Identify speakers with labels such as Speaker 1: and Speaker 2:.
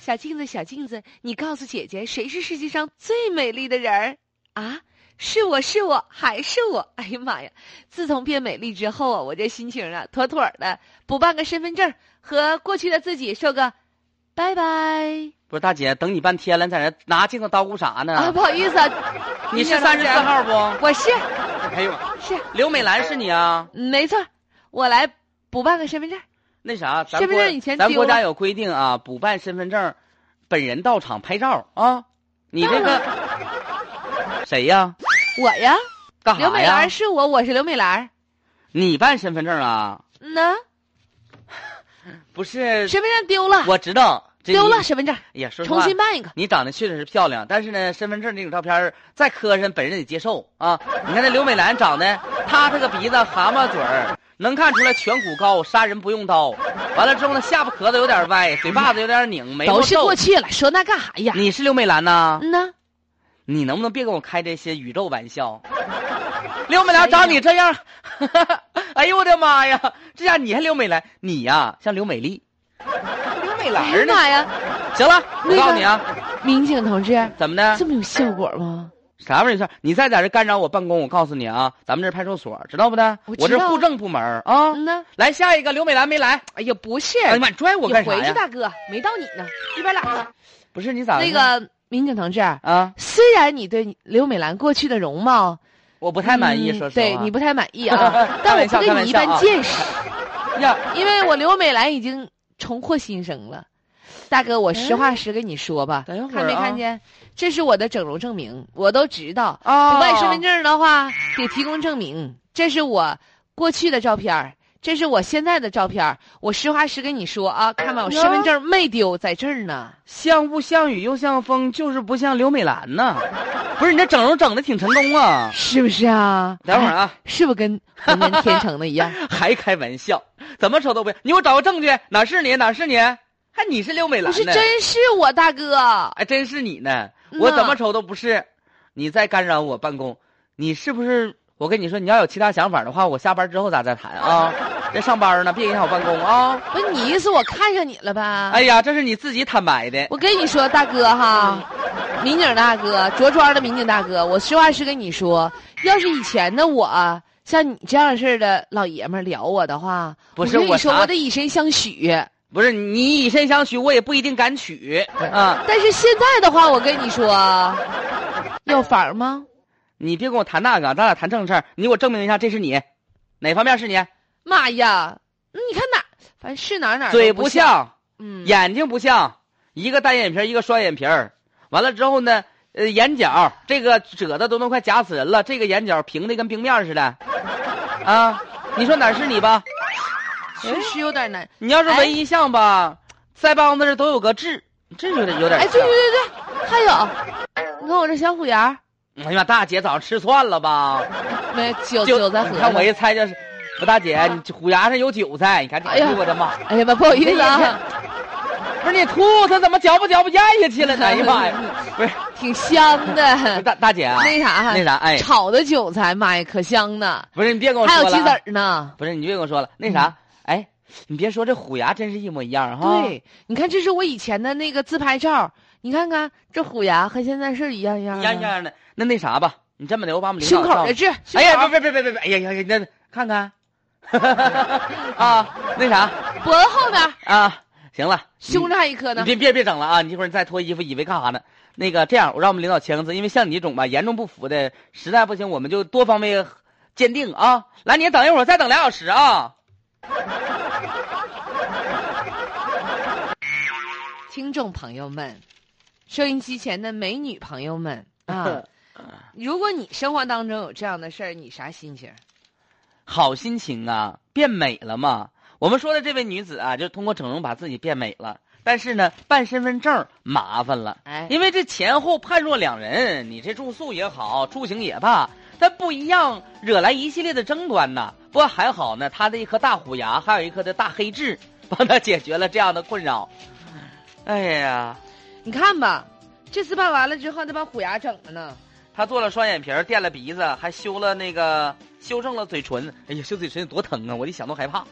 Speaker 1: 小镜子，小镜子，你告诉姐姐，谁是世界上最美丽的人儿啊？是我是我还是我？ 哎呀妈呀！自从变美丽之后啊，我这心情啊，妥妥的。补办个身份证，和过去的自己说个拜拜。
Speaker 2: 不是大姐，等你半天了，你在这拿镜子叨咕啥呢？
Speaker 1: 啊，不好意思啊，
Speaker 2: 你是三十四号不？
Speaker 1: 我是
Speaker 2: 哎呦，
Speaker 1: 是
Speaker 2: 刘美兰是你啊？
Speaker 1: 没错，我来补办个身份证。
Speaker 2: 那啥，咱
Speaker 1: 身份
Speaker 2: 国
Speaker 1: 证以前
Speaker 2: 咱
Speaker 1: 丢
Speaker 2: 国家
Speaker 1: 了
Speaker 2: 有规定啊，补办身份证，本人到场拍照啊。你这个 谁呀？
Speaker 1: 我呀，
Speaker 2: 干
Speaker 1: 刘
Speaker 2: 啥
Speaker 1: 美兰
Speaker 2: 呀？
Speaker 1: 是我，我是刘美兰。
Speaker 2: 你办身份证啊？
Speaker 1: 嗯呐，
Speaker 2: 不是，
Speaker 1: 身份证丢了，
Speaker 2: 我知道这
Speaker 1: 丢
Speaker 2: 你
Speaker 1: 了身份证，
Speaker 2: 也说实
Speaker 1: 重
Speaker 2: 话
Speaker 1: 新办一个。
Speaker 2: 你长得确实是漂亮，但是呢，身份证这种照片儿再磕碜，本人得接受啊。你看那刘美兰长得，她这个鼻子蛤蟆嘴儿，能看出来颧骨高，杀人不用刀。完了之后呢，下巴壳子有点歪，嘴巴子有点拧，眉毛
Speaker 1: 都是
Speaker 2: 皱
Speaker 1: 过。去了，说那干啥呀？
Speaker 2: 你是刘美兰呐？
Speaker 1: 嗯呐，
Speaker 2: 你能不能别跟我开这些宇宙玩笑？刘美兰长你这样， 哎呦我的妈呀！这下你还刘美兰，你呀、像刘美丽，刘美兰
Speaker 1: 哎呀
Speaker 2: 儿呢？
Speaker 1: 妈呀！
Speaker 2: 行了，我
Speaker 1: 那
Speaker 2: 告诉
Speaker 1: 个
Speaker 2: 你啊，
Speaker 1: 民警同志，
Speaker 2: 怎么的？
Speaker 1: 这么有效果吗？
Speaker 2: 啥玩意儿？你再在这干扰我办公，我告诉你啊，咱们这是派出所，知道不呢？
Speaker 1: 我知道
Speaker 2: 我这户政部门儿啊。
Speaker 1: 嗯呐，
Speaker 2: 来下一个，刘美兰没来。
Speaker 1: 哎呀，不是，
Speaker 2: 哎呀妈，你拽我
Speaker 1: 你
Speaker 2: 干啥
Speaker 1: 回去，
Speaker 2: 呀？
Speaker 1: 大哥，没到你呢，一边拉倒。
Speaker 2: 不是你咋
Speaker 1: 那个民警同志，
Speaker 2: 啊？
Speaker 1: 虽然你对刘美兰过去的容貌
Speaker 2: 我不太满意，
Speaker 1: 嗯
Speaker 2: 说实话。，
Speaker 1: 对你不太满意啊但我
Speaker 2: 开玩
Speaker 1: 不
Speaker 2: 笑
Speaker 1: 对你一
Speaker 2: 开
Speaker 1: 般
Speaker 2: 玩笑啊
Speaker 1: 见识，
Speaker 2: 呀？
Speaker 1: 因为我刘美兰已经重获新生了。大哥，我实话实跟你说吧，
Speaker 2: 哎等一会儿
Speaker 1: 看没
Speaker 2: 啊
Speaker 1: 看见？这是我的整容证明，我都知道。
Speaker 2: 啊，
Speaker 1: 不办身份证的话，得提供证明。这是我过去的照片儿，这是我现在的照片儿。我实话实跟你说啊，看吧，我身份证没丢，在这儿呢。
Speaker 2: 像雾像雨又像风，就是不像刘美兰呐。不是你这整容整的挺成功啊。
Speaker 1: 是不是啊？
Speaker 2: 等会儿啊，
Speaker 1: 是不是 跟浑然天成的一样？
Speaker 2: 还开玩笑，怎么瞅都不像。你给我找个证据，哪是你？哪是你？还你是刘美
Speaker 1: 不
Speaker 2: 兰
Speaker 1: 是，
Speaker 2: 呢？
Speaker 1: 真是我大哥。
Speaker 2: 还哎真是你呢！
Speaker 1: 嗯
Speaker 2: 我
Speaker 1: 呐
Speaker 2: 怎么瞅都不是。你再干扰我办公，你是不是？我跟你说，你要有其他想法的话，我下班之后咱再谈啊。这上班呢，别影响我办公啊。
Speaker 1: 不是你意思我看上你了呗？
Speaker 2: 哎呀，这是你自己坦白的。
Speaker 1: 我跟你说，大哥哈，民警大哥，着装的民警大哥，我实话实跟你说，要是以前的我，像你这样式的老爷们儿聊我的话，
Speaker 2: 不是
Speaker 1: 我跟
Speaker 2: 我
Speaker 1: 你说，
Speaker 2: 啥
Speaker 1: 我得以身相许。
Speaker 2: 不是你以身相许，我也不一定敢娶啊。
Speaker 1: 但是现在的话，我跟你说，要房吗？
Speaker 2: 你别跟我谈那个，咱俩谈正事儿。你给我证明一下，这是你，哪方面是你？
Speaker 1: 妈呀，嗯你看哪，反正是哪儿哪儿都
Speaker 2: 嘴
Speaker 1: 不
Speaker 2: 不，像，
Speaker 1: 嗯，
Speaker 2: 眼睛不像，一个单眼皮儿，一个双眼皮儿。完了之后呢，呃，眼角这个褶子都能快夹死人了，这个眼角平的跟冰面似的，啊，你说哪是你吧？
Speaker 1: 确实有点难。
Speaker 2: 你要是
Speaker 1: 哎
Speaker 2: 文一项吧，腮帮子这都有个痣，这有点有点
Speaker 1: 哎，
Speaker 2: 像。
Speaker 1: 对对对对，还有，你看我这小虎牙儿，
Speaker 2: 哎呀妈，大姐早上吃蒜了吧？
Speaker 1: 没韭
Speaker 2: 就
Speaker 1: 哦韭菜盒
Speaker 2: 你看我
Speaker 1: 子。
Speaker 2: 一猜就是，不大姐，你这虎牙上有韭菜，你看这，
Speaker 1: 哎呀
Speaker 2: 我的妈！
Speaker 1: 哎呀妈，不好意思 啊，
Speaker 2: 不是你吐，它怎么嚼吧嚼吧咽下去了？哎呀妈呀！不是
Speaker 1: 挺香
Speaker 2: 不是
Speaker 1: 的。
Speaker 2: 大大姐啊，
Speaker 1: 那啥，
Speaker 2: 那啥，哎，
Speaker 1: 炒的韭菜，妈呀，可香呢，
Speaker 2: 不是你别跟我说
Speaker 1: 还有
Speaker 2: 了啊，
Speaker 1: 鸡子儿呢。
Speaker 2: 不是，你别跟我说了，那
Speaker 1: 嗯
Speaker 2: 啥，哎，你别说，这虎牙真是一模一样哈。，
Speaker 1: 对，你看这是我以前的那个自拍照，你看看这虎牙和现在是一样一样
Speaker 2: 一
Speaker 1: 的。
Speaker 2: 样一样的。那那啥吧，你这么的，我把我们领
Speaker 1: 胸
Speaker 2: 导
Speaker 1: 口
Speaker 2: 叫
Speaker 1: 的
Speaker 2: 来。
Speaker 1: 痣，
Speaker 2: 哎
Speaker 1: 胸
Speaker 2: 呀，
Speaker 1: 口
Speaker 2: 别别别别别！哎呀呀呀，那看看， 啊，那啥
Speaker 1: 脖子后边，
Speaker 2: 啊，行了，你
Speaker 1: 胸上还一颗
Speaker 2: 你
Speaker 1: 呢。
Speaker 2: 别别别整了啊！你一会儿你再脱衣服，以为干啥呢？那个这样，我让我们领导签个字，因为像你这种吧，严重不服的，实在不行我们就多方面鉴定啊。来，你等一会儿，再等俩小时啊。
Speaker 1: 听众朋友们，收音机前的美女朋友们
Speaker 2: 嗯
Speaker 1: 啊，如果你生活当中有这样的事儿，你啥心情？
Speaker 2: 好心情啊，变美了嘛。我们说的这位女子啊，就通过整容把自己变美了，但是呢，办身份证儿麻烦了，
Speaker 1: 哎，
Speaker 2: 因为这前后判若两人，你这住宿也好，出行也罢，它不一样，惹来一系列的争端呐。不过还好呢，她的一颗大虎牙，还有一颗的大黑痣，帮她解决了这样的困扰。哎呀，
Speaker 1: 你看吧，这次办完了之后，再把虎牙整了呢。
Speaker 2: 她做了双眼皮儿，垫了鼻子，还修了那个修正了嘴唇。哎呀，修嘴唇有多疼啊！我一想都害怕。